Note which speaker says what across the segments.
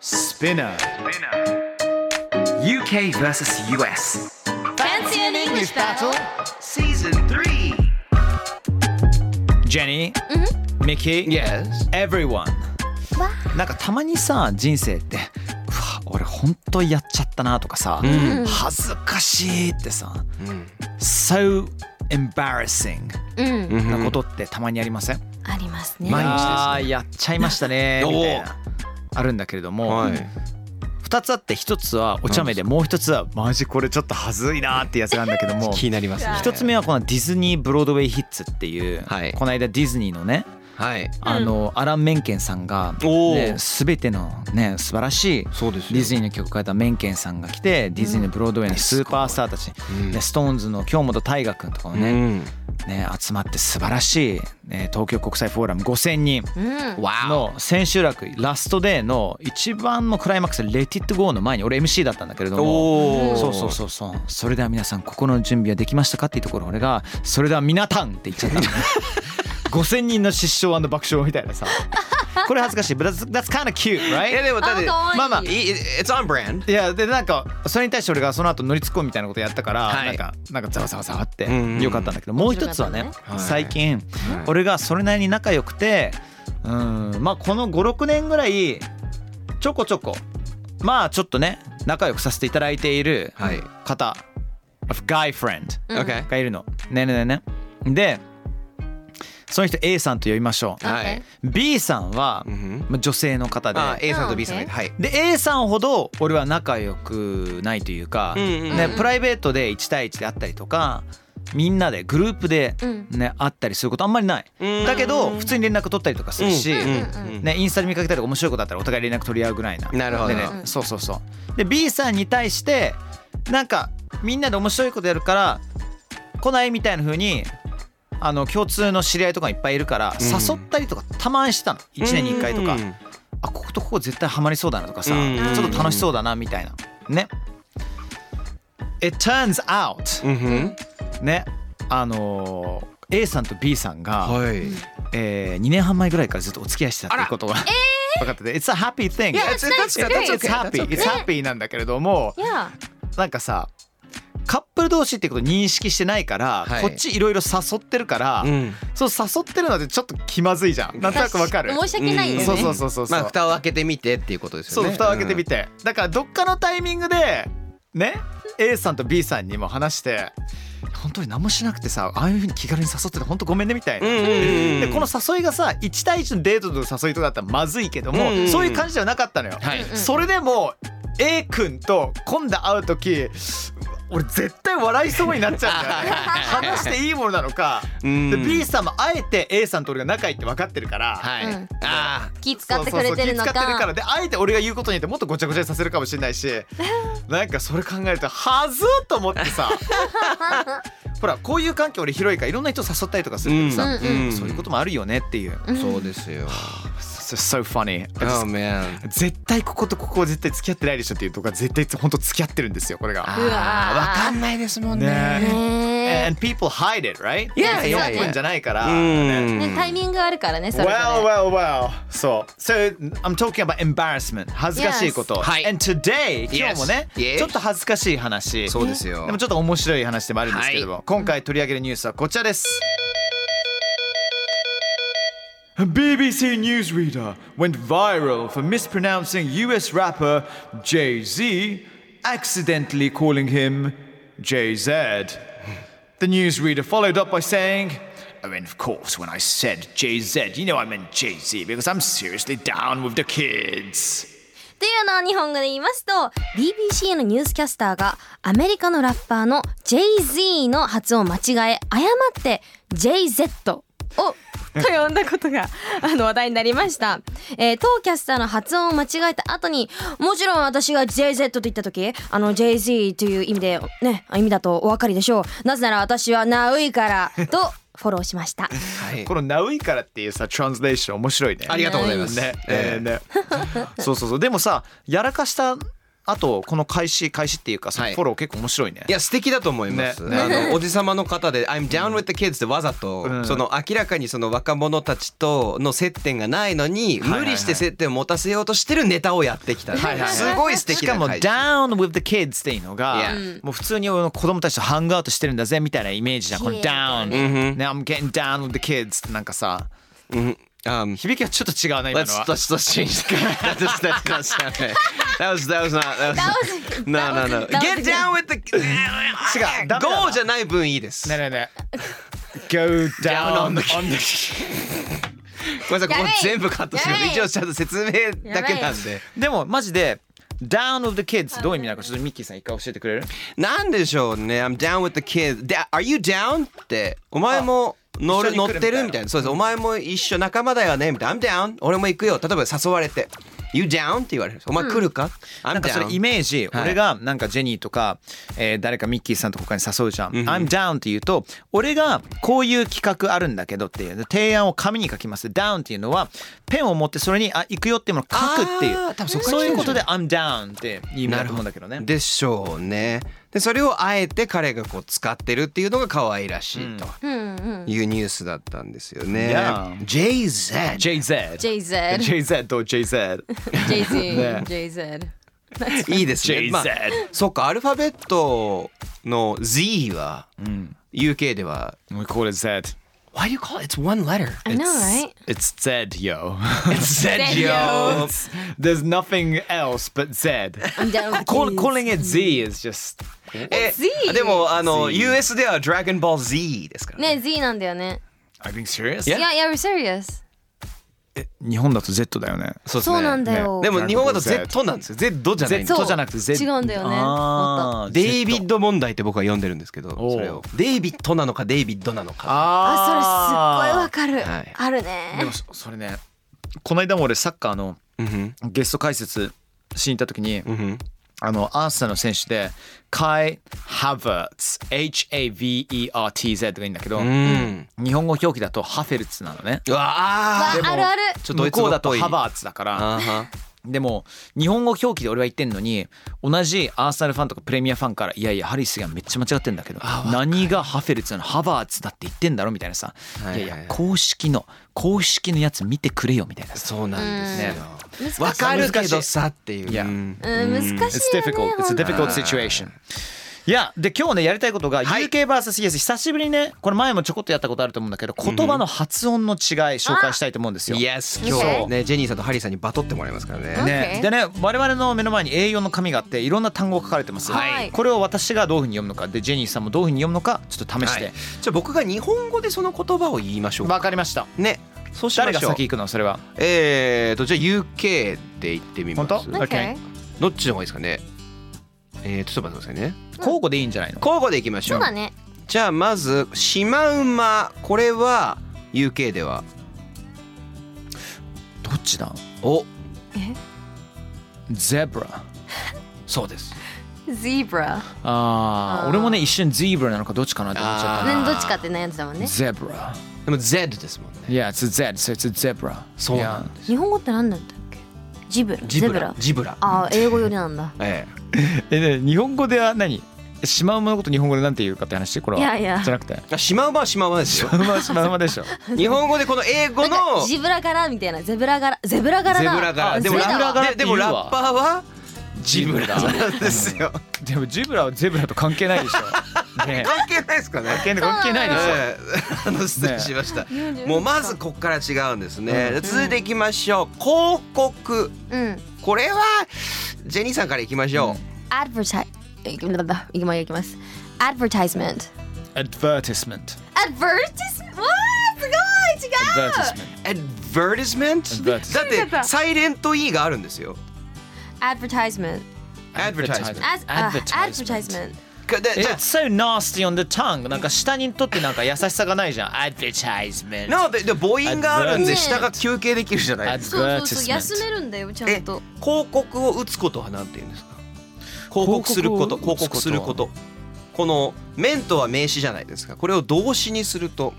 Speaker 1: Spinner.
Speaker 2: UK versus US.
Speaker 3: Fancy an English battle
Speaker 2: Season 3.
Speaker 1: Jenny. Mickey.
Speaker 2: Yes.
Speaker 1: Everyone. なんかたまにさ人生ってうわ俺本当やっちゃったなとかさ、恥ずかしいってさ、so embarrassing
Speaker 3: うん
Speaker 1: なことってたまにありません、
Speaker 3: ありますね
Speaker 1: い
Speaker 2: 毎日ですね
Speaker 1: やーやっちゃいましたね
Speaker 2: おー
Speaker 1: みたいなあるんだけれども、
Speaker 2: はい。
Speaker 1: 2つあって1つはお茶目でもう1つはマジこれちょっと恥ずいなってやつなんだけ ども
Speaker 2: 気になりますね。
Speaker 1: 1つ目はこのディズニーブロードウェイヒッツっていう、
Speaker 2: はい
Speaker 1: この間ディズニーのね
Speaker 2: はい。
Speaker 1: あの、アラン・メンケンさんが、
Speaker 2: おー
Speaker 1: ね、全てのね素晴らしい
Speaker 2: そうですよ
Speaker 1: ディズニーの曲を書いたメンケンさんが来てディズニーのブロードウェイのスーパースターたち、
Speaker 2: うん
Speaker 1: ね、ストーンズの京本大我君とかもね,、
Speaker 2: うん。
Speaker 1: ね集まって素晴らしい、ね、東京国際フォーラム5,000人
Speaker 3: うん
Speaker 1: の千秋楽ラストデーの一番もクライマックス「レティット・ゴー」の前に俺 MC だったんだけれども。
Speaker 2: おお。
Speaker 1: そうそうそうそうそれでは皆さん心の準備はできましたかっていうところ俺が「それでは皆たん」って言っちゃったのね5,000人の失笑爆笑みたいなさこれ恥ずかしい but that's, that's kind of cute
Speaker 2: いや
Speaker 1: right?
Speaker 2: でもだって
Speaker 3: あ可愛い
Speaker 2: まあまあいい It's on brand。
Speaker 1: いやでなんかそれに対して俺がその後乗りつこうみたいなことやったから、
Speaker 2: はい
Speaker 1: なんかなんかざわざわざわって
Speaker 2: うん
Speaker 1: よかったんだけど、もう一つはね
Speaker 3: 面白
Speaker 2: かったね
Speaker 1: 最近、
Speaker 2: い
Speaker 1: 俺がそれなりに仲良くてうんまあこの56年ぐらいちょこちょこまあちょっとね仲良くさせていただいている
Speaker 2: はい
Speaker 1: 方、guy friend
Speaker 2: Okay.
Speaker 1: がいるの。ねえねえねえねでその人 A さんと呼びましょう。
Speaker 2: はい。
Speaker 1: B さんは、
Speaker 2: うん
Speaker 1: まあ女性の方で。
Speaker 2: あ A さんと B さんがい
Speaker 3: うん
Speaker 2: るはい。
Speaker 1: で A さんほど俺は仲良くないというか、
Speaker 2: うんうん
Speaker 1: ね、プライベートで1対1であったりとかみんなでグループで、ね会ったりすることあんまりない、
Speaker 2: うん
Speaker 1: だけど普通に連絡取ったりとかするし、ね、インスタで見かけたりとか面白いことあったらお互い連絡取り合うぐらいな。
Speaker 2: なるほど
Speaker 1: でね、そうそうそう。で B さんに対してなんかみんなで面白いことやるから来ないみたいな風にあの共通の知り合いとかいっぱいいるから
Speaker 2: うん
Speaker 1: 誘ったりとかたまにしてたの1年に1回とか。
Speaker 2: うん
Speaker 1: あこことここ絶対ハマりそうだなとかさ、
Speaker 2: うん
Speaker 1: ちょっと楽しそうだなみたいなね It turns out、
Speaker 2: うん。
Speaker 1: ねあのー A さんと B さんが、
Speaker 2: はい。
Speaker 1: えー、2年半前ぐらいからずっとお付き合いしてたっ
Speaker 2: あ
Speaker 1: てい
Speaker 2: ら
Speaker 1: うことが、分かってて It's a happy thing
Speaker 2: Yeah, that's- that's-
Speaker 1: It's-
Speaker 2: that's
Speaker 1: it's
Speaker 2: okay.
Speaker 1: happy
Speaker 2: That's okay.
Speaker 1: It's happy なんだけれども
Speaker 3: いや
Speaker 1: なんかさカップル同士ってこと認識してないから、
Speaker 2: はい
Speaker 1: こっちいろいろ誘ってるから、
Speaker 2: うん。
Speaker 1: そう誘ってるのでちょっと気まずいじゃんなんとなくわかる
Speaker 3: 申し訳ないよね
Speaker 1: そうそうそうそうそう
Speaker 2: まあ蓋を開けてみてっていうことです
Speaker 1: そ
Speaker 2: よ
Speaker 1: う
Speaker 2: ね。
Speaker 1: 蓋を開けてみて、だからどっかのタイミングでね A さんと B さんにも話して本当に何もしなくてさああいうふうに気軽に誘ってて本当ごめんねみたいな、
Speaker 2: うん。うんうんうん。
Speaker 1: でこの誘いがさ1対1のデートの誘いとかだったらまずいけども、
Speaker 2: うんうん
Speaker 1: そういう感じではなかったのよ、
Speaker 2: はい。
Speaker 1: それでも A 君と今度会う時俺絶対笑いそうになっちゃうんだよ ね話していいものなのか、
Speaker 2: うん
Speaker 1: で B さんもあえて A さんと俺が仲いいって分かってるから、
Speaker 2: はい
Speaker 3: うん。
Speaker 2: あ
Speaker 3: 気使ってくれてるの
Speaker 1: そうそうそう気使ってるか
Speaker 3: から
Speaker 1: であえて俺が言うことによってもっとごちゃごちゃにさせるかもしれない しなんかそれ考えるとはずっと思ってさほらこういう環境俺広いからいろんな人誘ったりとかす
Speaker 2: あ。
Speaker 1: るけどさ、
Speaker 3: うん
Speaker 2: ん
Speaker 1: そういうこともあるよねっていう、
Speaker 3: うん
Speaker 2: そうです よ。
Speaker 1: so funny
Speaker 2: Oh man。
Speaker 1: 絶対こことここは絶対付き合ってないでしょっていうとこは絶対本当付き合ってるんですよこれが
Speaker 3: うわー
Speaker 2: わかんないですもん
Speaker 1: ね
Speaker 2: ね。
Speaker 3: ね
Speaker 1: And people hide it right?
Speaker 2: Yeah,
Speaker 1: 4
Speaker 2: yeah, yeah.
Speaker 1: 分じゃないから、
Speaker 2: うん。
Speaker 3: ねタイミングあるからねそれぞれ
Speaker 1: Well, well, well. So, so I'm talking about embarrassment. 恥ずかしいこと。
Speaker 3: Yes.
Speaker 2: はい
Speaker 1: And today, 今日もね、
Speaker 2: Yes.
Speaker 1: ちょっと恥ずかしい話。
Speaker 2: そうですよ
Speaker 1: でもちょっと面白い話でもあるんですけれども、今回取り上げるニュースはこちらです。BBC Newsreader went viral for mispronouncing US rapper Jay-Z, accidentally calling him Jay-Z. The newsreader followed up by saying, I mean, of course, when I said Jay Z, you know I meant Jay Z because I'm seriously down with the kids.
Speaker 3: っていうのを日本語で言いますと BBC のニュースキャスターがアメリカのラッパーの Jay-Z の発音を間違え誤って JZ を
Speaker 4: と呼んだことがあの話題になりました、えー、当キャスターの発音を間違えた後にもちろん私が JZ と言った時あの JZ という意味でね意味だとお分かりでしょうなぜなら私はナウイからとフォローしました
Speaker 2: はい
Speaker 1: このナウイからっていうさトランスレーション面白いね
Speaker 2: ありがとうございます
Speaker 1: ね
Speaker 2: え
Speaker 1: えー ねそうそうそうでもさやらかした後この開始開始っていうかさ
Speaker 2: はい
Speaker 1: フォロー結構面白いね
Speaker 2: いや素敵だと思います、
Speaker 1: ね
Speaker 2: あのおじさまの方で「I'm down with the kids」ってわざと、
Speaker 1: うん
Speaker 2: その明らかにその若者たちとの接点がないのに、
Speaker 1: はいはい
Speaker 2: 無理して接点を持たせようとしてるネタをやってきた、
Speaker 1: はいはい
Speaker 2: すごい素敵
Speaker 1: し
Speaker 2: な
Speaker 1: かも
Speaker 2: 回
Speaker 1: down with the kids っていうのが
Speaker 2: Yeah
Speaker 1: もう普通に子供たちとハングアウトしてるんだぜみたいなイメージじゃんこの down
Speaker 2: うん
Speaker 1: ね I'm getting down with the kids ってなんかさ
Speaker 2: うん、um,
Speaker 1: 響きはちょっと違うな今
Speaker 2: let's
Speaker 1: のは
Speaker 2: let's let's change that. That's, that's, that's not it. That was that was not that was,
Speaker 4: That was-
Speaker 2: no no no.
Speaker 4: that was-
Speaker 2: Get down with the 違
Speaker 1: うダメだな
Speaker 2: Go じゃない分いいです。
Speaker 1: ねねね go down
Speaker 2: ごめ
Speaker 1: on the
Speaker 2: んなさいここ
Speaker 4: やべえ
Speaker 2: 全部カットする
Speaker 4: やべえ
Speaker 2: 一応ちゃんと説明だけなんで。
Speaker 1: でもマジで down with the kids どういう意味なのかちょっとミッキーさん一回教えてくれる
Speaker 2: なんでしょうね。I'm down with the kids. で Are you down? ってお前も乗る
Speaker 1: 一緒
Speaker 2: 乗
Speaker 1: に
Speaker 2: っ
Speaker 1: 来る
Speaker 2: て
Speaker 1: みたいな
Speaker 2: るみたいな。そうです。お前も一緒仲間だよねみたいな。I'm down. 俺も行くよ。例えば誘われて。You down? って言われる。お前来るか
Speaker 1: な
Speaker 2: ?I'm
Speaker 1: んかそれイ
Speaker 2: down.
Speaker 1: メージ、
Speaker 2: はい
Speaker 1: 俺がなんかジェニーとか、えー誰かミッキーさんとかに誘うじゃん「
Speaker 2: うんうん
Speaker 1: I'm down」って言うと俺がこういう企画あるんだけどっていう提案を紙に書きます「down」っていうのはペンを持ってそれに「あ行くよ」っていうものを書くってい
Speaker 2: あー
Speaker 1: う
Speaker 2: 多分そ
Speaker 1: そ
Speaker 2: っから来てる
Speaker 1: ういうことで「I'm down」って意味だと思うんだけどね。
Speaker 2: でしょうね。でそれをあえて彼がこう使ってるっていうのが可愛らしいと
Speaker 4: うんうん
Speaker 2: いうニュースだったんですよね。
Speaker 1: Yeah.
Speaker 2: JZ。
Speaker 1: JZ。
Speaker 4: JZ
Speaker 1: JZ と JZ。
Speaker 4: JZ JZ
Speaker 2: いいですね。
Speaker 1: JZ
Speaker 2: まあ、そっか、アルファベットの Z は、UK では、
Speaker 1: We call it Z.
Speaker 2: Why do you call it? It's one letter.
Speaker 4: I know right
Speaker 1: It's Z, yo. It's Z,
Speaker 4: yo.
Speaker 1: There's nothing else but Z.
Speaker 4: I'm down with
Speaker 1: Call,
Speaker 4: kids.
Speaker 1: calling it Z is just.
Speaker 2: え
Speaker 4: Z
Speaker 2: でも、あの、
Speaker 1: Z
Speaker 2: US では Dragon Ball Z ですから。
Speaker 4: ね Z なんだよね
Speaker 1: Are you being serious?
Speaker 4: Yeah yeah we're serious
Speaker 1: 日本だと Z だよね。
Speaker 2: そうです
Speaker 4: そ
Speaker 2: ね
Speaker 4: うなんだよ
Speaker 2: でも、日本語だと
Speaker 1: Dragon Ball Z
Speaker 2: Z なんですよ。Z じゃないんで
Speaker 4: そ
Speaker 2: す
Speaker 4: う
Speaker 1: Z じゃなくて Z
Speaker 4: 違うんだよね
Speaker 1: あー
Speaker 2: デイビッド問題って僕は読んでるんですけど、
Speaker 1: おう
Speaker 2: それを。デイビッドなのか、デイビッドなのか。
Speaker 4: あそれすっごいわ
Speaker 1: あ
Speaker 4: かる、
Speaker 2: はい
Speaker 4: ある
Speaker 1: で
Speaker 4: ね
Speaker 1: もそそれねこの間も俺サッカーの
Speaker 2: うんふん
Speaker 1: ゲスト解説しに行った時に、
Speaker 2: うんふん
Speaker 1: あのアーセナの選手でカイ・ハヴェルツ HAVERTZ がいいんだけど、
Speaker 2: うん。
Speaker 1: 日本語表記だとハフェルツなのね
Speaker 2: うわ
Speaker 4: わ
Speaker 2: あ。
Speaker 1: でも
Speaker 4: あるある
Speaker 1: ちょっと向こうだとハバーツだから
Speaker 2: あは
Speaker 1: でも日本語表記で俺は言ってんのに同じアーサルファンとかプレミアファンから「いやいやハリスがめっちゃ間違ってんだけど何がハフェルツなのハバーツだって言ってんだろ」みたいなさ「い
Speaker 2: はい
Speaker 1: や
Speaker 2: はいい
Speaker 1: や公式の公式のやつ見てくれよ」みたいなさ
Speaker 2: そうなんですよ。
Speaker 4: 難しい
Speaker 2: わかるけどさっていう。
Speaker 1: Yeah.
Speaker 2: うん
Speaker 4: うん難しいよね
Speaker 1: It's difficult. It's a
Speaker 4: 本当
Speaker 1: difficult situation. いやで今日ねやりたいことが UKVSES 久しぶりにねこれ前もちょこっとやったことあると思うんだけど言葉の発音の違い紹介したいと思うんですよ。
Speaker 2: Yes、
Speaker 4: Okay
Speaker 2: 今日ね、ジェニーさんとハリーさんにバトってもらいますからね。
Speaker 1: ね
Speaker 4: Okay
Speaker 1: でね我々の目の前に A4 の紙があっていろんな単語が書かれてます、
Speaker 4: はい
Speaker 1: これを私がどういうふうに読むのかでジェニーさんもどういうふうに読むのかちょっと試して、
Speaker 2: はいじゃあ僕が日本語でその言葉を言いましょう
Speaker 1: わ。かりました
Speaker 2: ね。そうしま
Speaker 1: 誰が
Speaker 2: しょう
Speaker 1: 先。行くのそれは
Speaker 2: えーと、じゃあ UK で言ってみます。
Speaker 1: 本当
Speaker 4: Okay
Speaker 2: どっちの方がいいですかね。えーと、ちょっと待ってくださいね。
Speaker 1: 交互でいいんじゃないの
Speaker 2: 交互でいきまし
Speaker 4: そ
Speaker 2: ょう。
Speaker 4: うだね
Speaker 2: じゃあまず、シマウマ。これは UK では。
Speaker 1: どっちだ
Speaker 2: お、
Speaker 1: ゼブラ
Speaker 2: そうです。
Speaker 4: Zebra ね
Speaker 1: あ
Speaker 4: あ
Speaker 1: ー
Speaker 4: ー
Speaker 1: 俺もね一瞬ゼブラなのかどっちかなと思っちゃった
Speaker 2: あー
Speaker 4: どっちかって悩んでたもんね
Speaker 1: ゼブラ
Speaker 2: でも Z ですもんね。
Speaker 1: Yeah, it's a Z, so it's a zebra.
Speaker 2: そうなんです。
Speaker 4: 日本語って何なんだっけジブラ
Speaker 2: ジ
Speaker 4: ゼ
Speaker 2: ブ
Speaker 4: ブ
Speaker 2: ラ
Speaker 4: ラ。
Speaker 2: ジブラ。
Speaker 4: あー英語よりなんだ
Speaker 2: え
Speaker 1: え、ね、日本語では何シマウマのこと日本語でなんて言うかって話これ
Speaker 4: い
Speaker 1: は。
Speaker 4: やいや
Speaker 1: じゃなくて。
Speaker 2: え。シマウマはシマウマですよ。
Speaker 1: シマウマはシマウマでしょ。
Speaker 2: 日本語でこの英語
Speaker 4: なん
Speaker 2: の
Speaker 4: かジブラ柄みたいなゼブラ柄ゼブラ柄だ
Speaker 2: ゼブラ柄
Speaker 4: あ
Speaker 2: でも
Speaker 4: ゼブラ
Speaker 1: ラ
Speaker 4: だ
Speaker 1: ブ柄
Speaker 2: ででもラッパーはジブラ
Speaker 1: ジブラ
Speaker 2: なんですよ
Speaker 1: でもジブラはゼブラと関係ないで しょ。ね
Speaker 2: 関係ないですかね
Speaker 1: え関係ないでしょ。
Speaker 2: ええあの失礼しました、もうまずここから違うんですね、続いていきましょう広告
Speaker 4: うん
Speaker 2: これはジェニーさんからいきましょう、
Speaker 4: Advertise いきますいきますいきます Advertisement
Speaker 1: Advertisement.
Speaker 4: Advertisement わーすごい違う
Speaker 1: Advertisement.
Speaker 2: Advertisement?
Speaker 1: Advertisement
Speaker 2: だってサイレント E があるんですよ
Speaker 4: Advertisement
Speaker 2: Advertisement
Speaker 1: Advertisement
Speaker 4: As- あ
Speaker 1: Advertisement
Speaker 4: Advertisement
Speaker 2: かでじゃあ
Speaker 1: It's so nasty on the tongue なんか下にとってなんか優しさがないじゃん Advertisement
Speaker 2: なのでで母音があるんで
Speaker 4: ね
Speaker 2: 下が休憩できるじゃないですか。
Speaker 4: そうそうそう休
Speaker 1: Advertisement
Speaker 4: めるんだよちゃ
Speaker 2: え
Speaker 4: んと
Speaker 2: 広告を打つことは何て言うんですか広告すること広告することこの面とは名詞じゃないですかこれを動詞にすると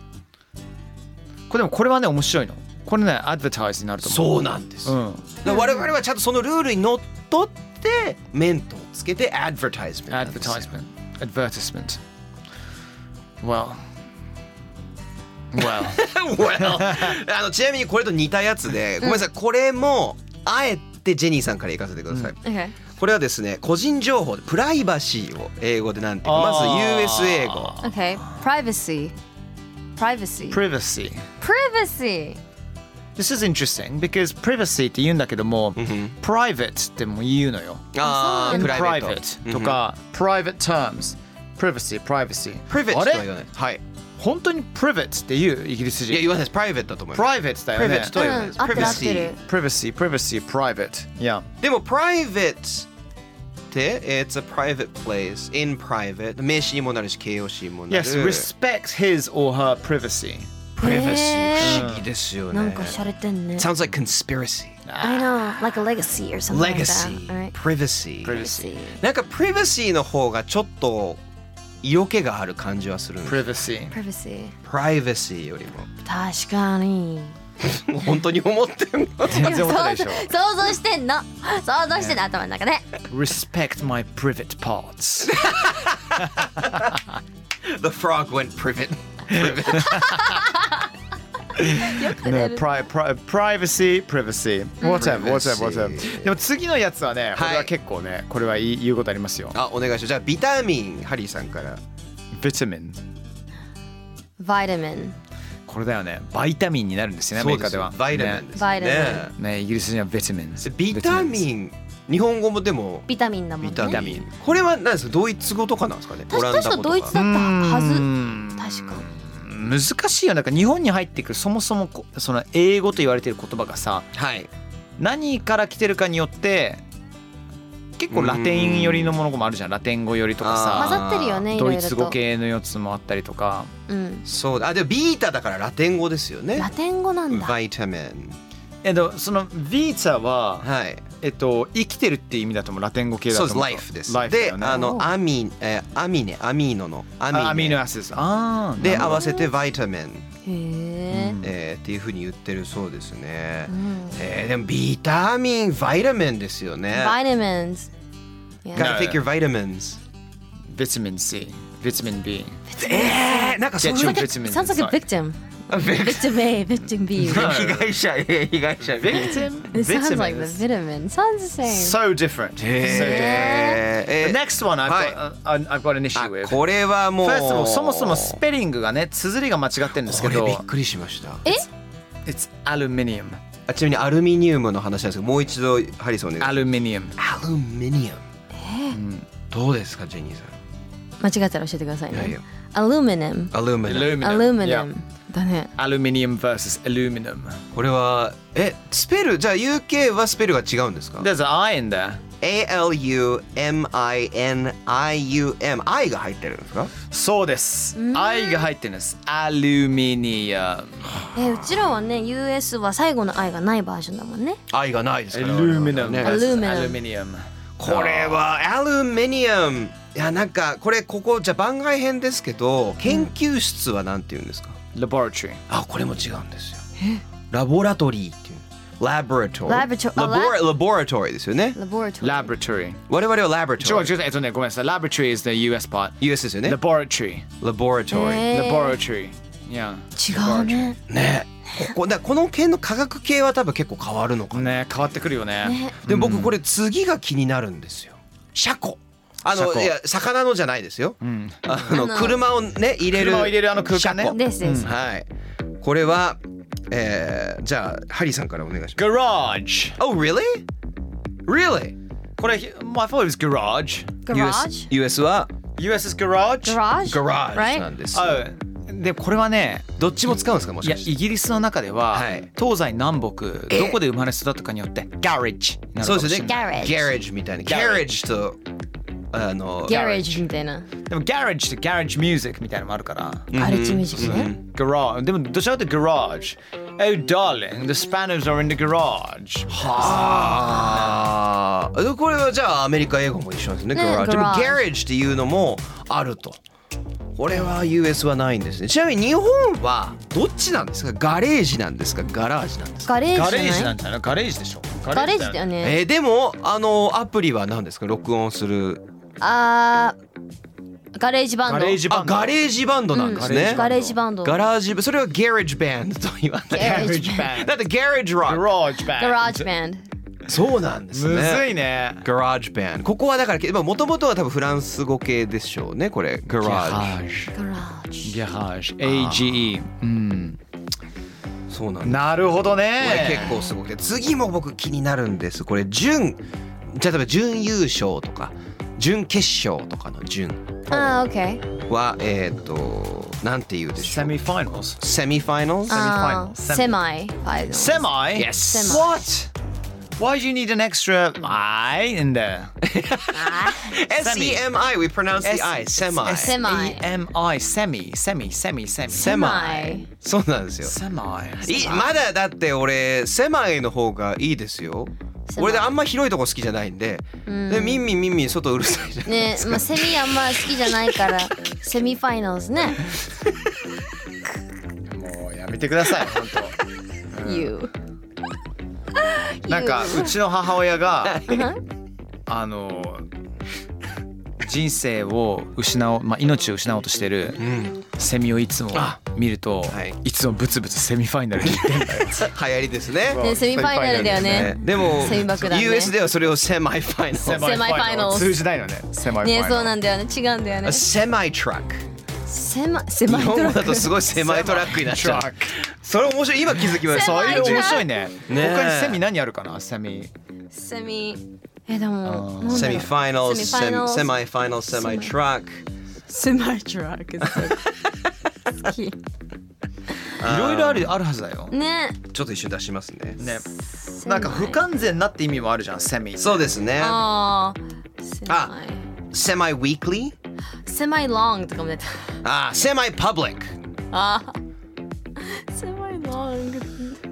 Speaker 1: これでもこれはね面白いのこれね Advertise になると思う
Speaker 2: そうなんです
Speaker 1: うん
Speaker 2: だから我々はちゃんとそのルールにのっとって面とつけて advertisement なんですよ
Speaker 1: Advertisement Advertisement Well Well
Speaker 2: Well あのちなみにこれと似たやつでごめんなさいこれもあえてジェニーさんから行かせてください、
Speaker 4: Okay
Speaker 2: これはですね個人情報プライバシーを英語でなんていうかま
Speaker 1: あー
Speaker 2: ず US 英語
Speaker 4: Okay privacy privacy
Speaker 1: Privacy
Speaker 4: privacy
Speaker 1: This is interesting because privacy って言うんだけども、private っても言うのよ。
Speaker 2: あー
Speaker 1: In
Speaker 2: プライベート
Speaker 1: private Mm-hmm. とか、private terms、privacy、privacy。
Speaker 2: private と
Speaker 1: あ
Speaker 2: は
Speaker 1: れ
Speaker 2: 言わないはい
Speaker 1: 本当に private って言うイギリス
Speaker 2: いや
Speaker 1: 人。
Speaker 2: 言わないですプライベートだと思います
Speaker 1: private だ
Speaker 2: プラ
Speaker 1: よ
Speaker 2: イベ
Speaker 1: ね
Speaker 2: ー。トとは言わないです
Speaker 4: うん合ってる合って
Speaker 2: privacy
Speaker 4: る
Speaker 1: privacy、privacy、private。いや。
Speaker 2: でも private って It's a private place in private 名詞にもなるし形容詞にもなる
Speaker 1: Yes, respect his or her privacy。
Speaker 2: privacy 不思議ですよね
Speaker 4: なんか洒落てんね
Speaker 2: Sounds like conspiracy
Speaker 4: I know like a legacy or something like
Speaker 2: legacy
Speaker 4: that
Speaker 2: privacy
Speaker 1: privacy。
Speaker 2: なんか privacy の方がちょっと色気がある感じはするんです
Speaker 1: privacy。
Speaker 4: privacy
Speaker 2: privacy より
Speaker 4: 確かに
Speaker 2: も本当に思ってんの
Speaker 1: 全然思ってないでし
Speaker 4: 想
Speaker 1: ょ。
Speaker 4: 像してんの想像してんの頭の中で
Speaker 1: respect my private parts。
Speaker 2: The frog went private
Speaker 1: ね、プライプライプライバシー、プライバシー、whatever、
Speaker 2: Privacy
Speaker 1: whatever、whatever。でも次のや Mm. つはね、これ
Speaker 2: は
Speaker 1: はい結構ね、これはいい言うことありますよ。
Speaker 2: あお願いしますじゃあビタミンハリーさんから
Speaker 1: ビタミン。
Speaker 4: vitamin
Speaker 1: これだよね、バイタミンになるんですよね、アメリカでは。
Speaker 2: バイタミンで
Speaker 1: ね
Speaker 2: すよね
Speaker 4: バイタ
Speaker 1: ね、イギリス人はビタミンズ。
Speaker 2: ビタミン日本語もでも
Speaker 4: ビタミンだもんね
Speaker 2: ビタミンこれは何ですかドイツ語とかなんですかねオ
Speaker 4: 確
Speaker 2: ラ
Speaker 4: か
Speaker 2: ンダ
Speaker 4: 確か
Speaker 2: 語と
Speaker 4: ドイ
Speaker 2: か
Speaker 4: ツだったはず
Speaker 1: うん
Speaker 4: 確か
Speaker 1: 難しいよね、なんか日本に入ってくるそもそもこその英語と言われている言葉がさ、
Speaker 2: はい
Speaker 1: 何から来てるかによって結構ラテン寄りのものもあるじゃんラテン語寄りとか
Speaker 2: あ
Speaker 1: さ
Speaker 2: ー
Speaker 4: 混ざってるよね
Speaker 1: ドイ
Speaker 4: いろいろ
Speaker 1: ツ
Speaker 4: と
Speaker 1: 語系のやつもあったりとか
Speaker 4: うん
Speaker 2: そうだあでもビータだからラテン語ですよね
Speaker 4: ラテン語なんだ
Speaker 2: バイタミン
Speaker 1: えっとそのビーチャは、
Speaker 2: はい
Speaker 1: えっと、生きてるって意味だと思うラテン語系だ
Speaker 2: そ
Speaker 1: と
Speaker 2: うで
Speaker 1: 思
Speaker 2: す life
Speaker 1: う
Speaker 2: です
Speaker 1: ライフだ
Speaker 2: で
Speaker 1: よね
Speaker 2: あのアミえーアミネアミーノのアミネ
Speaker 1: あアミノアシスあー
Speaker 2: で
Speaker 1: なる
Speaker 2: 合わせてバイタミン、
Speaker 4: へえ
Speaker 2: えーっていうふうに言ってるそうですね、
Speaker 4: ん
Speaker 2: えーでもビタミンバイタミンですよね
Speaker 4: vitamins Yeah.
Speaker 2: Gotta take your vitamins
Speaker 1: ほどビタミン C ビタミン B
Speaker 2: えー、なんかそう
Speaker 1: Get
Speaker 2: いう
Speaker 1: your vitamins
Speaker 4: Sounds like a
Speaker 1: inside
Speaker 4: victim victim A victim B
Speaker 2: 被害者えー被害者
Speaker 4: It sounds like the vitamin sounds the same
Speaker 1: So different. So different.
Speaker 2: えーえ
Speaker 1: The
Speaker 2: ー
Speaker 1: next one I've
Speaker 2: はい
Speaker 1: got, uh, I've got an
Speaker 2: あ
Speaker 1: issue with.
Speaker 2: これはもう
Speaker 1: First of all, そもそもスペリングがね、綴りが間違ってるんです
Speaker 2: こ
Speaker 1: け
Speaker 2: れ
Speaker 1: ど
Speaker 2: びっ、くりしました
Speaker 4: え
Speaker 1: It's aluminium.
Speaker 2: あちなみにアルミニウムの話なんですけどもう一度ハリソンお願いします
Speaker 1: Aluminium.
Speaker 2: アルミニウム。どうですか、ジェニーさん。
Speaker 4: 間違ったら教えてください
Speaker 2: いやい
Speaker 4: ね
Speaker 2: や
Speaker 4: aluminum
Speaker 2: アルミニウム。
Speaker 1: Yeah.
Speaker 4: aluminum だね
Speaker 1: Aluminium versus aluminum.
Speaker 2: これは、え、スペル、じゃあ UK はスペルが違うんですか
Speaker 1: There's an I in there.
Speaker 2: ?ALUMINIUM。I が入ってるんですか
Speaker 1: そうです。I
Speaker 4: Mm.
Speaker 1: が入ってるんです。Aluminium.
Speaker 4: えうちらはね US は最後の I がないバージョンだもんね
Speaker 2: ?I がないですから
Speaker 1: Aluminum
Speaker 2: ね
Speaker 1: versus
Speaker 4: Aluminum
Speaker 1: aluminium.
Speaker 2: これはアルミニウム。いや、なんか、これ、ここ、じゃあ番外編ですけど、研究室はなんて言うんですか
Speaker 1: Laboratory.
Speaker 2: あ、これも違うんですよ。ラボラトリーっていう。ラボラトリー。
Speaker 4: Laboratory- あ
Speaker 2: ラボララボラトリーですよね。
Speaker 4: laboratory
Speaker 1: Laboratory.
Speaker 2: 我々はラボラト
Speaker 1: 違う
Speaker 2: リー。
Speaker 1: 違う。えっとね、ごめんなさい。Laboratory is the US part.
Speaker 2: US ですよね。
Speaker 1: Laboratory.
Speaker 2: ラボラトリー。
Speaker 4: えー
Speaker 1: Laboratory. Yeah.
Speaker 4: 違うね
Speaker 2: ねここだこの系の科学系は多分結構変わるのかな、
Speaker 1: ね、変わってくるよね。
Speaker 2: でも僕これ次が気になるんですよ車庫あ
Speaker 1: 車
Speaker 2: の
Speaker 1: 庫
Speaker 2: いや魚のじゃないですよ、
Speaker 1: ん
Speaker 2: あの車をね入れる
Speaker 1: 車を入れるあの空間ね
Speaker 2: 車庫
Speaker 4: ですです
Speaker 2: はいこれは、えー、じゃあハリーさんからお願いします
Speaker 1: Garage.
Speaker 2: Oh really? Really?
Speaker 1: これ、well, I thought it was garage.
Speaker 4: garage
Speaker 2: US は
Speaker 1: US is garage?
Speaker 4: garage
Speaker 2: garage
Speaker 4: right
Speaker 2: なんです、
Speaker 1: あでこれはね
Speaker 2: どっちも使うんですかも
Speaker 1: い
Speaker 2: し
Speaker 1: や
Speaker 2: かして
Speaker 1: イギリスの中では、
Speaker 2: はい
Speaker 1: 東西南北どこで生まれ育ったかによってガレッジになるか
Speaker 2: そう
Speaker 1: も
Speaker 2: ですよね
Speaker 1: しれない
Speaker 4: Garage
Speaker 2: Garage みたいな Garage とあの
Speaker 4: ギャレージみたいな。
Speaker 1: でもガレージってガレージミュージックみたいなのもあるから
Speaker 4: ガレージミュージックね。
Speaker 1: ガラーでもどちらかというとガラージ Oh darling the Spanish are in the garage
Speaker 2: はあこれはじゃあアメリカ英語も一緒なんですね
Speaker 4: ね
Speaker 2: ガラージでも
Speaker 4: garage
Speaker 2: ガレージっていうのもあるとこれは US はないんですねちなみに日本はどっちなんですかガレージなんですかガラージなんですか
Speaker 4: ガレー
Speaker 1: ガ
Speaker 4: ジじ
Speaker 1: レージ
Speaker 4: ゃな
Speaker 1: ないんじゃないガレージでしょ
Speaker 4: ガレージだよ
Speaker 1: ね
Speaker 4: ね。
Speaker 2: えーでもあのアプリは何ですか録音する
Speaker 4: あーガレージバンド。
Speaker 1: ガレージバ
Speaker 2: あ
Speaker 1: ンド
Speaker 2: ガレージバンドなんですね、
Speaker 4: ガレージバンド。
Speaker 2: ガラージそれはガレージバンドと言わな
Speaker 4: ガ
Speaker 2: い
Speaker 4: レージ
Speaker 1: バンド
Speaker 2: だってガレージロ
Speaker 1: ガ
Speaker 2: ッ
Speaker 1: ラージバン
Speaker 4: ガ
Speaker 1: ド
Speaker 4: ラージバンド。
Speaker 2: クそうなんですね
Speaker 1: むずいね
Speaker 2: ガラージバンドここはだからもともとは多分フランス語系でしょうねこれガラージ
Speaker 4: ガラージ。
Speaker 1: ガラージ AGE うん
Speaker 2: そうなんだ
Speaker 1: なるほど
Speaker 2: これ結
Speaker 1: ね
Speaker 2: 構すごくて次も僕気になるんですこれ準じゃあ例えば準優勝とか準決勝とかの準
Speaker 4: あーオッケー。
Speaker 2: はえっ、となんて言うでしょ
Speaker 1: セ
Speaker 2: う
Speaker 1: ミファイナルス
Speaker 2: セミファイナル
Speaker 4: あー
Speaker 1: Semi-final
Speaker 4: セマイ。セ
Speaker 1: Semi?
Speaker 2: Yes.
Speaker 4: Semi.
Speaker 1: What? Why do you need an extra I in there?
Speaker 2: SEMI we pronounce the I セマイ
Speaker 4: Semi.
Speaker 1: M-I. Semi. Semi. Semi. Semi.
Speaker 2: セマ
Speaker 4: Semi
Speaker 2: イそうなんですよ
Speaker 1: Semi.
Speaker 2: いまだだって俺狭いの方がいいですよ
Speaker 4: 狭い
Speaker 2: 俺であんま広いとこ好きじゃないんで、でミンミンミンミン外うるさいじゃん、
Speaker 4: ねまあセミあんま好きじゃないからセミファイナルズね。
Speaker 1: もうやめてください。本
Speaker 4: You。
Speaker 1: 当。なんかうちの母親が
Speaker 4: うん
Speaker 1: あの人生を失おう、まあ命を失おうとしてる
Speaker 2: うん、
Speaker 1: セミをいつも
Speaker 2: あ
Speaker 1: 見ると
Speaker 2: はい、
Speaker 1: いつもブツブツセミファイナルに行ってん だよ。
Speaker 2: 流行りですね
Speaker 4: ねセミファイナルだよね。
Speaker 2: でも
Speaker 4: セミ爆弾ね
Speaker 2: US ではそれをセマイファイナル
Speaker 4: マイファイナル
Speaker 1: 通じないのね。セマイファイナ
Speaker 4: ね
Speaker 1: ル。
Speaker 4: そうなんだよね違うんだよね。
Speaker 2: セマイトラック
Speaker 4: セマセマ
Speaker 2: 日
Speaker 4: イト
Speaker 2: 本
Speaker 4: ラ
Speaker 2: 語だ
Speaker 4: ッ
Speaker 2: と
Speaker 4: ク。
Speaker 2: すごい狭いトラックになっちゃう
Speaker 1: 狭いトラッ
Speaker 2: それ面白い今気づきました
Speaker 1: そ
Speaker 4: 狭
Speaker 1: ういうの面白いね。
Speaker 2: ね
Speaker 1: 他にセミ何あるかな？セミ。
Speaker 4: セミ。えでもなんだろう
Speaker 2: セミファイナル
Speaker 4: セミファイナル
Speaker 2: セマイファイナルセマイトラック
Speaker 4: セマイトラックそう 好き。
Speaker 1: いろいろあるあるはずだよ。
Speaker 4: ね。
Speaker 2: ちょっと一瞬出しますね
Speaker 1: ね。
Speaker 4: セマ
Speaker 1: な
Speaker 4: イ
Speaker 1: んか不完全なって意味もあるじゃん。セミ。
Speaker 2: そうですね
Speaker 4: ああ。セマイ。
Speaker 2: セマイウィークリー
Speaker 4: セマイロングとかも出た。
Speaker 2: あセマイパブリック
Speaker 4: あー。セマイロング。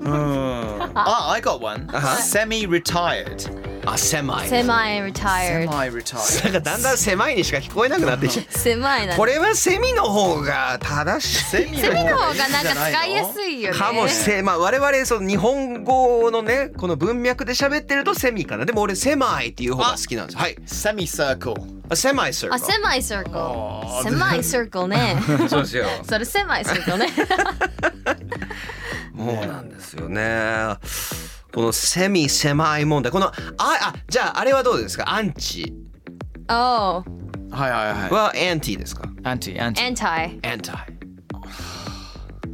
Speaker 1: あ、I got one. Semi retired.
Speaker 2: あセマイ
Speaker 4: セマイ retired。
Speaker 1: Semi retired.
Speaker 2: なん かだんだん狭いにしか聞こえなくなってきちゃう
Speaker 4: セマイな。
Speaker 2: これはセミの方が正しい
Speaker 4: セミの方がなんか使いやすいよね。
Speaker 2: かもしれまあ我々その日本語のねこの文脈で喋ってるとセミかなでも俺狭いっていう方が好きなんですよはい
Speaker 1: Semi circle.
Speaker 2: 狭いセ
Speaker 4: あ、セマイサークル。セマイサークルね。
Speaker 2: そうです よ
Speaker 4: それセマイサークルね。
Speaker 2: もうなんですよねこのセミ狭い問題このああじゃああれはどうですかアンチ
Speaker 4: おう、
Speaker 1: はいはいはい。
Speaker 2: はアンティですか
Speaker 1: anti anti。
Speaker 4: アンタイ、
Speaker 2: アンタ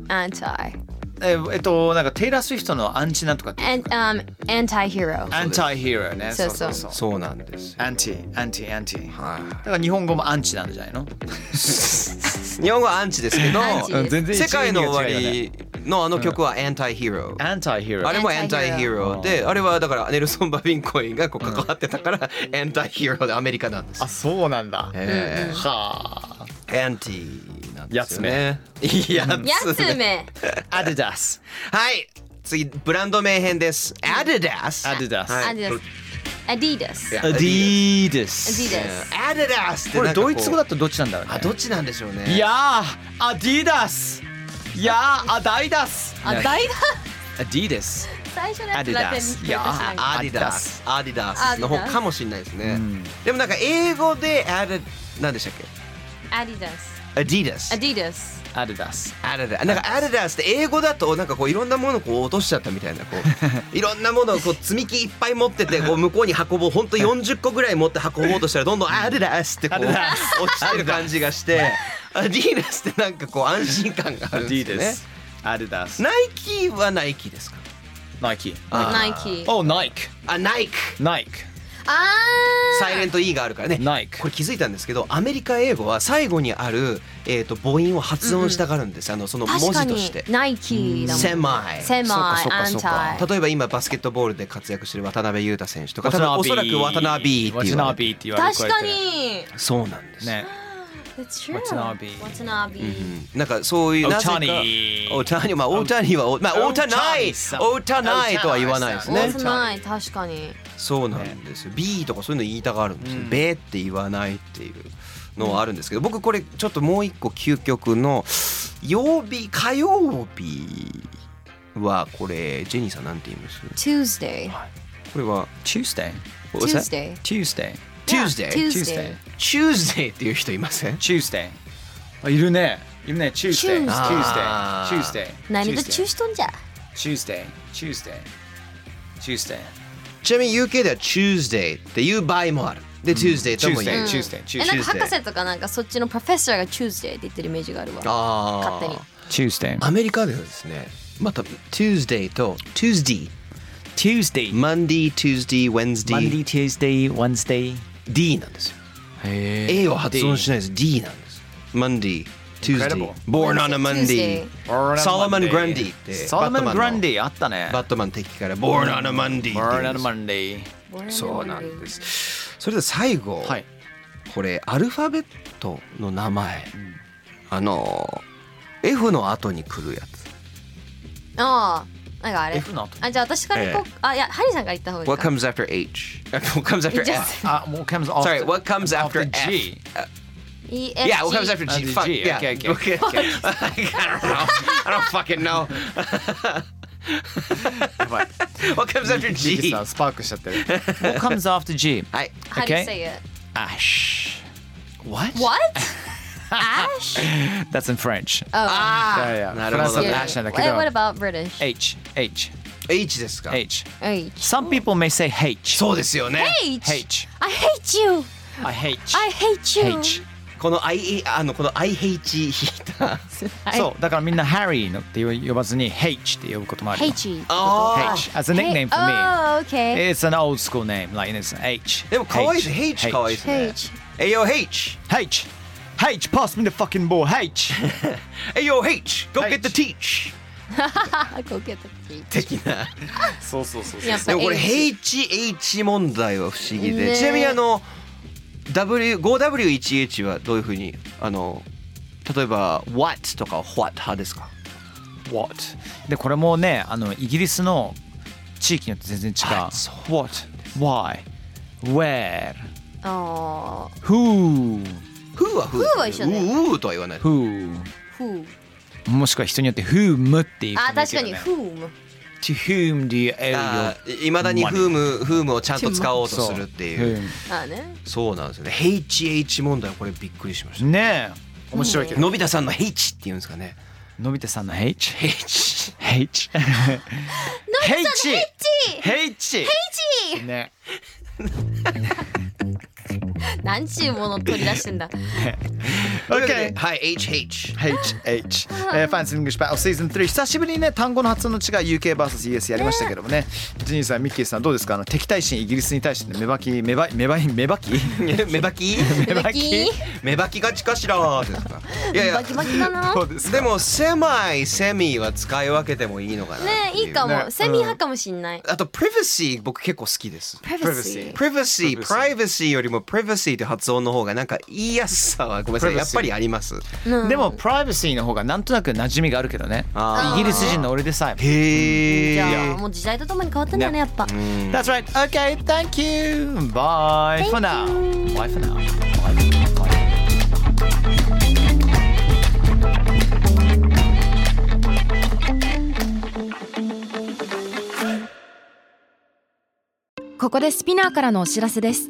Speaker 4: アンタイ、
Speaker 1: ええっとなんかテイラー・スウィフトのアンチなんとかって。
Speaker 4: アン、アン、アンタイヒーロー。
Speaker 1: アンタイヒーローね。
Speaker 4: そうそう
Speaker 1: そう。
Speaker 2: そうなんですよ
Speaker 1: アンティアンティアンティ。だ
Speaker 2: は
Speaker 1: から日本語もアンチなんじゃないの？
Speaker 2: い日本語はアンチですけど
Speaker 4: アンチ うん
Speaker 1: 全然一
Speaker 2: 世界の終わ
Speaker 1: 意味が違う
Speaker 2: りのあの曲はアンタイヒーロー
Speaker 1: アンタイヒーロ
Speaker 2: あ
Speaker 1: ー。
Speaker 2: れもエンタ
Speaker 4: Anti-hero
Speaker 2: イヒーローで、あれはだからネルソン・バビンコインがこう関わってたから、エンタイヒーローでアメリカなんです
Speaker 1: あ、。そうなんだ。
Speaker 2: え
Speaker 1: はあ。
Speaker 2: ー、エンティなんですよね。やつ
Speaker 4: やつめ。
Speaker 1: アディダス。
Speaker 2: はい。次、ブランド名編です。アディダス。
Speaker 1: アディダス。
Speaker 4: アディダス。アディダス。
Speaker 2: ア
Speaker 1: アディダ
Speaker 4: アデ
Speaker 1: ス。
Speaker 4: ィダス。
Speaker 2: アディダスって
Speaker 1: こ
Speaker 2: な
Speaker 1: れ
Speaker 2: んかう
Speaker 1: ドイツ語だとどっちなんだろうね。
Speaker 2: あ、どっちなんでしょうね。
Speaker 1: いやー、アディダス。いやー、アダイダス。
Speaker 4: あ、大だ。
Speaker 1: アディダス。
Speaker 4: 最初のやつラテン系。
Speaker 1: Adidas いや
Speaker 4: 確か
Speaker 2: あアディダス。アディダスの方かもしれないですね
Speaker 1: ん。
Speaker 2: でもなんか英語でアディ、なんでしたっけ
Speaker 4: にアディダス。
Speaker 2: アディダス
Speaker 4: ア。ディダス。
Speaker 1: アディダス。
Speaker 2: アデダなんかアデダスって英語だとなんかこういろんなものをこう落としちゃったみたいなこ ういろんなものをこう積み木いっぱい持っててこう向こうに運ぼ う本当40個ぐらい持って運ぼうとしたらどんどんアデダスってこう落ちてる感じが してアディダスってなんかこう安心感があ
Speaker 1: ア
Speaker 2: る
Speaker 1: デ
Speaker 2: んで
Speaker 1: ィダ
Speaker 2: す
Speaker 1: ス。アディダス
Speaker 2: よね。ナイキはナイキですか
Speaker 1: ナイキ。
Speaker 2: あー
Speaker 4: ナイキ。
Speaker 1: お、ナイク。
Speaker 2: あナイク
Speaker 1: ナイク。
Speaker 4: あ
Speaker 2: サイレント E があるからね。
Speaker 1: Nike
Speaker 2: これ気づいたんですけど、アメリカ英語は最後にある、えっ、と、母音を発音したがるんです。あの、その
Speaker 4: ー確
Speaker 2: 文
Speaker 4: か
Speaker 2: 字と
Speaker 4: に
Speaker 2: して。
Speaker 4: ナイキだもん
Speaker 2: 狭い。
Speaker 4: 狭い
Speaker 1: そうか
Speaker 4: アンチ
Speaker 1: そうかそうか
Speaker 4: ャイ
Speaker 2: 例えば今バスケットボールで活躍してる渡辺裕太選手とか、多分
Speaker 1: 渡
Speaker 2: お
Speaker 1: 辺
Speaker 2: そらく渡辺っていうの
Speaker 1: 渡
Speaker 2: は。
Speaker 1: 辺って言われる
Speaker 4: 確かに
Speaker 2: そうなんです。
Speaker 1: ね
Speaker 4: That's true.
Speaker 1: Watanabe.
Speaker 4: Watanabe.
Speaker 2: うんなんかそういうなぜか
Speaker 1: Otani
Speaker 2: オタニまあオタニはおまあオタナイ
Speaker 1: Otani さん
Speaker 2: オタナイとは言わないですね
Speaker 4: 大
Speaker 1: Otani
Speaker 4: 津ない確かに
Speaker 2: そうなんですよ B とかそういうの言いたがるんですよ、
Speaker 1: うん
Speaker 2: べって言わないっていうのはあるんですけど僕これちょっともう一個究極の曜日火曜日はこれジェニーさんなんて言います
Speaker 4: Tuesday
Speaker 2: これは
Speaker 1: Tuesday
Speaker 2: what was that?
Speaker 4: Tuesday
Speaker 2: Tuesday
Speaker 1: Tuesday
Speaker 4: Tuesday
Speaker 2: Tuesday っていう人いません
Speaker 1: Tuesday あいるねいるね Tuesday
Speaker 4: Tuesday
Speaker 1: Tuesday
Speaker 2: あー
Speaker 1: Tuesday
Speaker 4: 何で
Speaker 1: Tuesday
Speaker 4: 中止とんじゃ
Speaker 1: Tuesday Tuesday Tuesday
Speaker 2: ちなみに UK では Tuesday っていう場合もあるで Tuesday とも言う、
Speaker 1: Tuesday
Speaker 4: うん
Speaker 1: Tuesday
Speaker 4: えなんか
Speaker 1: Tuesday
Speaker 4: 博士とかなんかそっちのプロフェッサーが Tuesday って言ってるイメージがあるわ
Speaker 2: あー
Speaker 4: 勝手に
Speaker 1: Tuesday
Speaker 2: アメリカではですねまた Tuesday と Tuesday
Speaker 1: Tuesday
Speaker 2: Monday Tuesday Wednesday
Speaker 1: Tuesday Wednesday
Speaker 2: D なんですよ A を発音しないです D なんです Monday Tuesday
Speaker 1: Incredible
Speaker 2: Born on a Monday
Speaker 4: Tuesday
Speaker 2: Solomon Grundy って
Speaker 1: サラマン・
Speaker 2: バット
Speaker 1: グ
Speaker 2: マ
Speaker 1: ラ
Speaker 2: ン
Speaker 1: ン
Speaker 2: の
Speaker 1: ディあったね
Speaker 2: バットマン敵から Born on a Monday って言うん
Speaker 1: Born
Speaker 2: で
Speaker 1: on
Speaker 2: す
Speaker 1: Monday
Speaker 2: そうなんですそれでは最後、
Speaker 1: はい
Speaker 2: これアルファベットの名前、あの F の後に来るやつ
Speaker 4: ああなんかあれ
Speaker 1: F の後
Speaker 4: あじゃあ私から行こうあいやハリーさんから言った方がいいか
Speaker 2: What comes after H? What comes after
Speaker 4: じゃあ
Speaker 2: F?
Speaker 1: あもう Uh, comes after
Speaker 2: Sorry, what comes after
Speaker 1: G
Speaker 4: EFG
Speaker 2: Yeah, what comes after
Speaker 1: After
Speaker 2: G?
Speaker 1: G,
Speaker 2: Fuck
Speaker 1: okay,
Speaker 2: yeah.
Speaker 1: okay,
Speaker 2: okay, okay. I don't know. I don't fucking know.
Speaker 1: やばい
Speaker 2: What comes after
Speaker 1: ジー
Speaker 2: G?
Speaker 1: さんスパークしちゃってる What comes after G?
Speaker 2: はい。
Speaker 4: How do you say it?
Speaker 1: Ash
Speaker 2: What?
Speaker 4: What? Ash?
Speaker 1: That's in French
Speaker 4: Uh, あ
Speaker 1: いやいや
Speaker 2: なるほど
Speaker 1: フランス
Speaker 4: Yeah.
Speaker 2: ね。
Speaker 1: だ Ash なんだけど
Speaker 4: Eh, What about British?
Speaker 1: H H
Speaker 2: H ですか。
Speaker 1: H
Speaker 4: H
Speaker 1: Some people may say H
Speaker 2: そうですよね。
Speaker 1: H
Speaker 4: I hate you
Speaker 1: I H
Speaker 4: I hate you
Speaker 1: H
Speaker 2: この I あのこの I H 引いた。
Speaker 1: そうだからみんな Harry のって呼ばずに H って呼ぶこともあるよ
Speaker 4: H
Speaker 2: あ
Speaker 1: H as a nickname for me
Speaker 4: Oh, okay
Speaker 1: It's an old school name like it's H
Speaker 2: でも可愛いです H 可愛いですね。
Speaker 4: H
Speaker 2: A O H。
Speaker 1: H H pass me the fucking ball H
Speaker 2: A O H。Go
Speaker 1: H
Speaker 2: get the teach。
Speaker 4: あこう受けた時
Speaker 2: 的な。
Speaker 1: そうそうそう
Speaker 4: やっぱ
Speaker 2: でもこれ
Speaker 4: H
Speaker 2: H H 問題は不思議で。
Speaker 4: ね
Speaker 2: ちなみにあの W 5W1H はどういうふうにあの例えば What とか What 派ですか。
Speaker 1: What でこれもねあのイギリスの地域によって全然違
Speaker 2: あそう
Speaker 1: What Why Where
Speaker 4: あ
Speaker 1: Who
Speaker 2: Who は Who。
Speaker 4: Who は一緒だよ
Speaker 2: Who とは言わない。
Speaker 1: Who
Speaker 4: ー Who
Speaker 1: もしくは人によって Whom っていう人もいるよね
Speaker 4: あ確かに Whom
Speaker 1: To whom do you owe
Speaker 2: あ
Speaker 1: your
Speaker 2: ーいまだにフームフームをちゃんと使おうとするっていう
Speaker 1: Whom
Speaker 4: あね
Speaker 2: そうなんですよね HH 問題これびっくりしまし
Speaker 1: ねえ面白いけ
Speaker 2: た
Speaker 1: ど
Speaker 2: のび太さんの H って言うんですかね
Speaker 1: のび太さんの H
Speaker 2: H
Speaker 1: H のび太さんの H H H ね
Speaker 4: 何ちゅうもの取り出してんだ
Speaker 2: というわけではい HH
Speaker 1: HH、えー、ファンスイングシュパオシーズン3久しぶりにね単語の発音の違い UKVS やりましたけどもねジニーさんミッキーさんどうですかあの敵対心イギリスに対しての芽ばき芽ば芽ば芽ばき
Speaker 2: 目ばき
Speaker 1: 芽ばき
Speaker 2: 目ばきがちかしらですかいやいや
Speaker 4: バキバキだ な
Speaker 1: どうですか
Speaker 2: でも狭いセミは使い分けてもいいのかな
Speaker 4: ね
Speaker 2: ってう
Speaker 4: いいか
Speaker 1: ね
Speaker 4: もセミ派かもしんない
Speaker 2: あと privacy 僕結構好きです
Speaker 4: Privacy
Speaker 2: privacy privacy よりも privacy って発音の方がなんか言いやすさはごめんなさい
Speaker 1: Privacy
Speaker 2: やっぱりあります
Speaker 1: でもプライバシーの方がなんとなく馴染みがあるけどね
Speaker 2: あ
Speaker 1: イギリス人の俺でさえ
Speaker 2: へえ
Speaker 4: じゃあもう時代とともに変わったんだねやっぱ
Speaker 1: That's right Okay thank you Bye for now Bye for now Bye. Bye.
Speaker 3: Podcast ここでスピナーからのお知らせです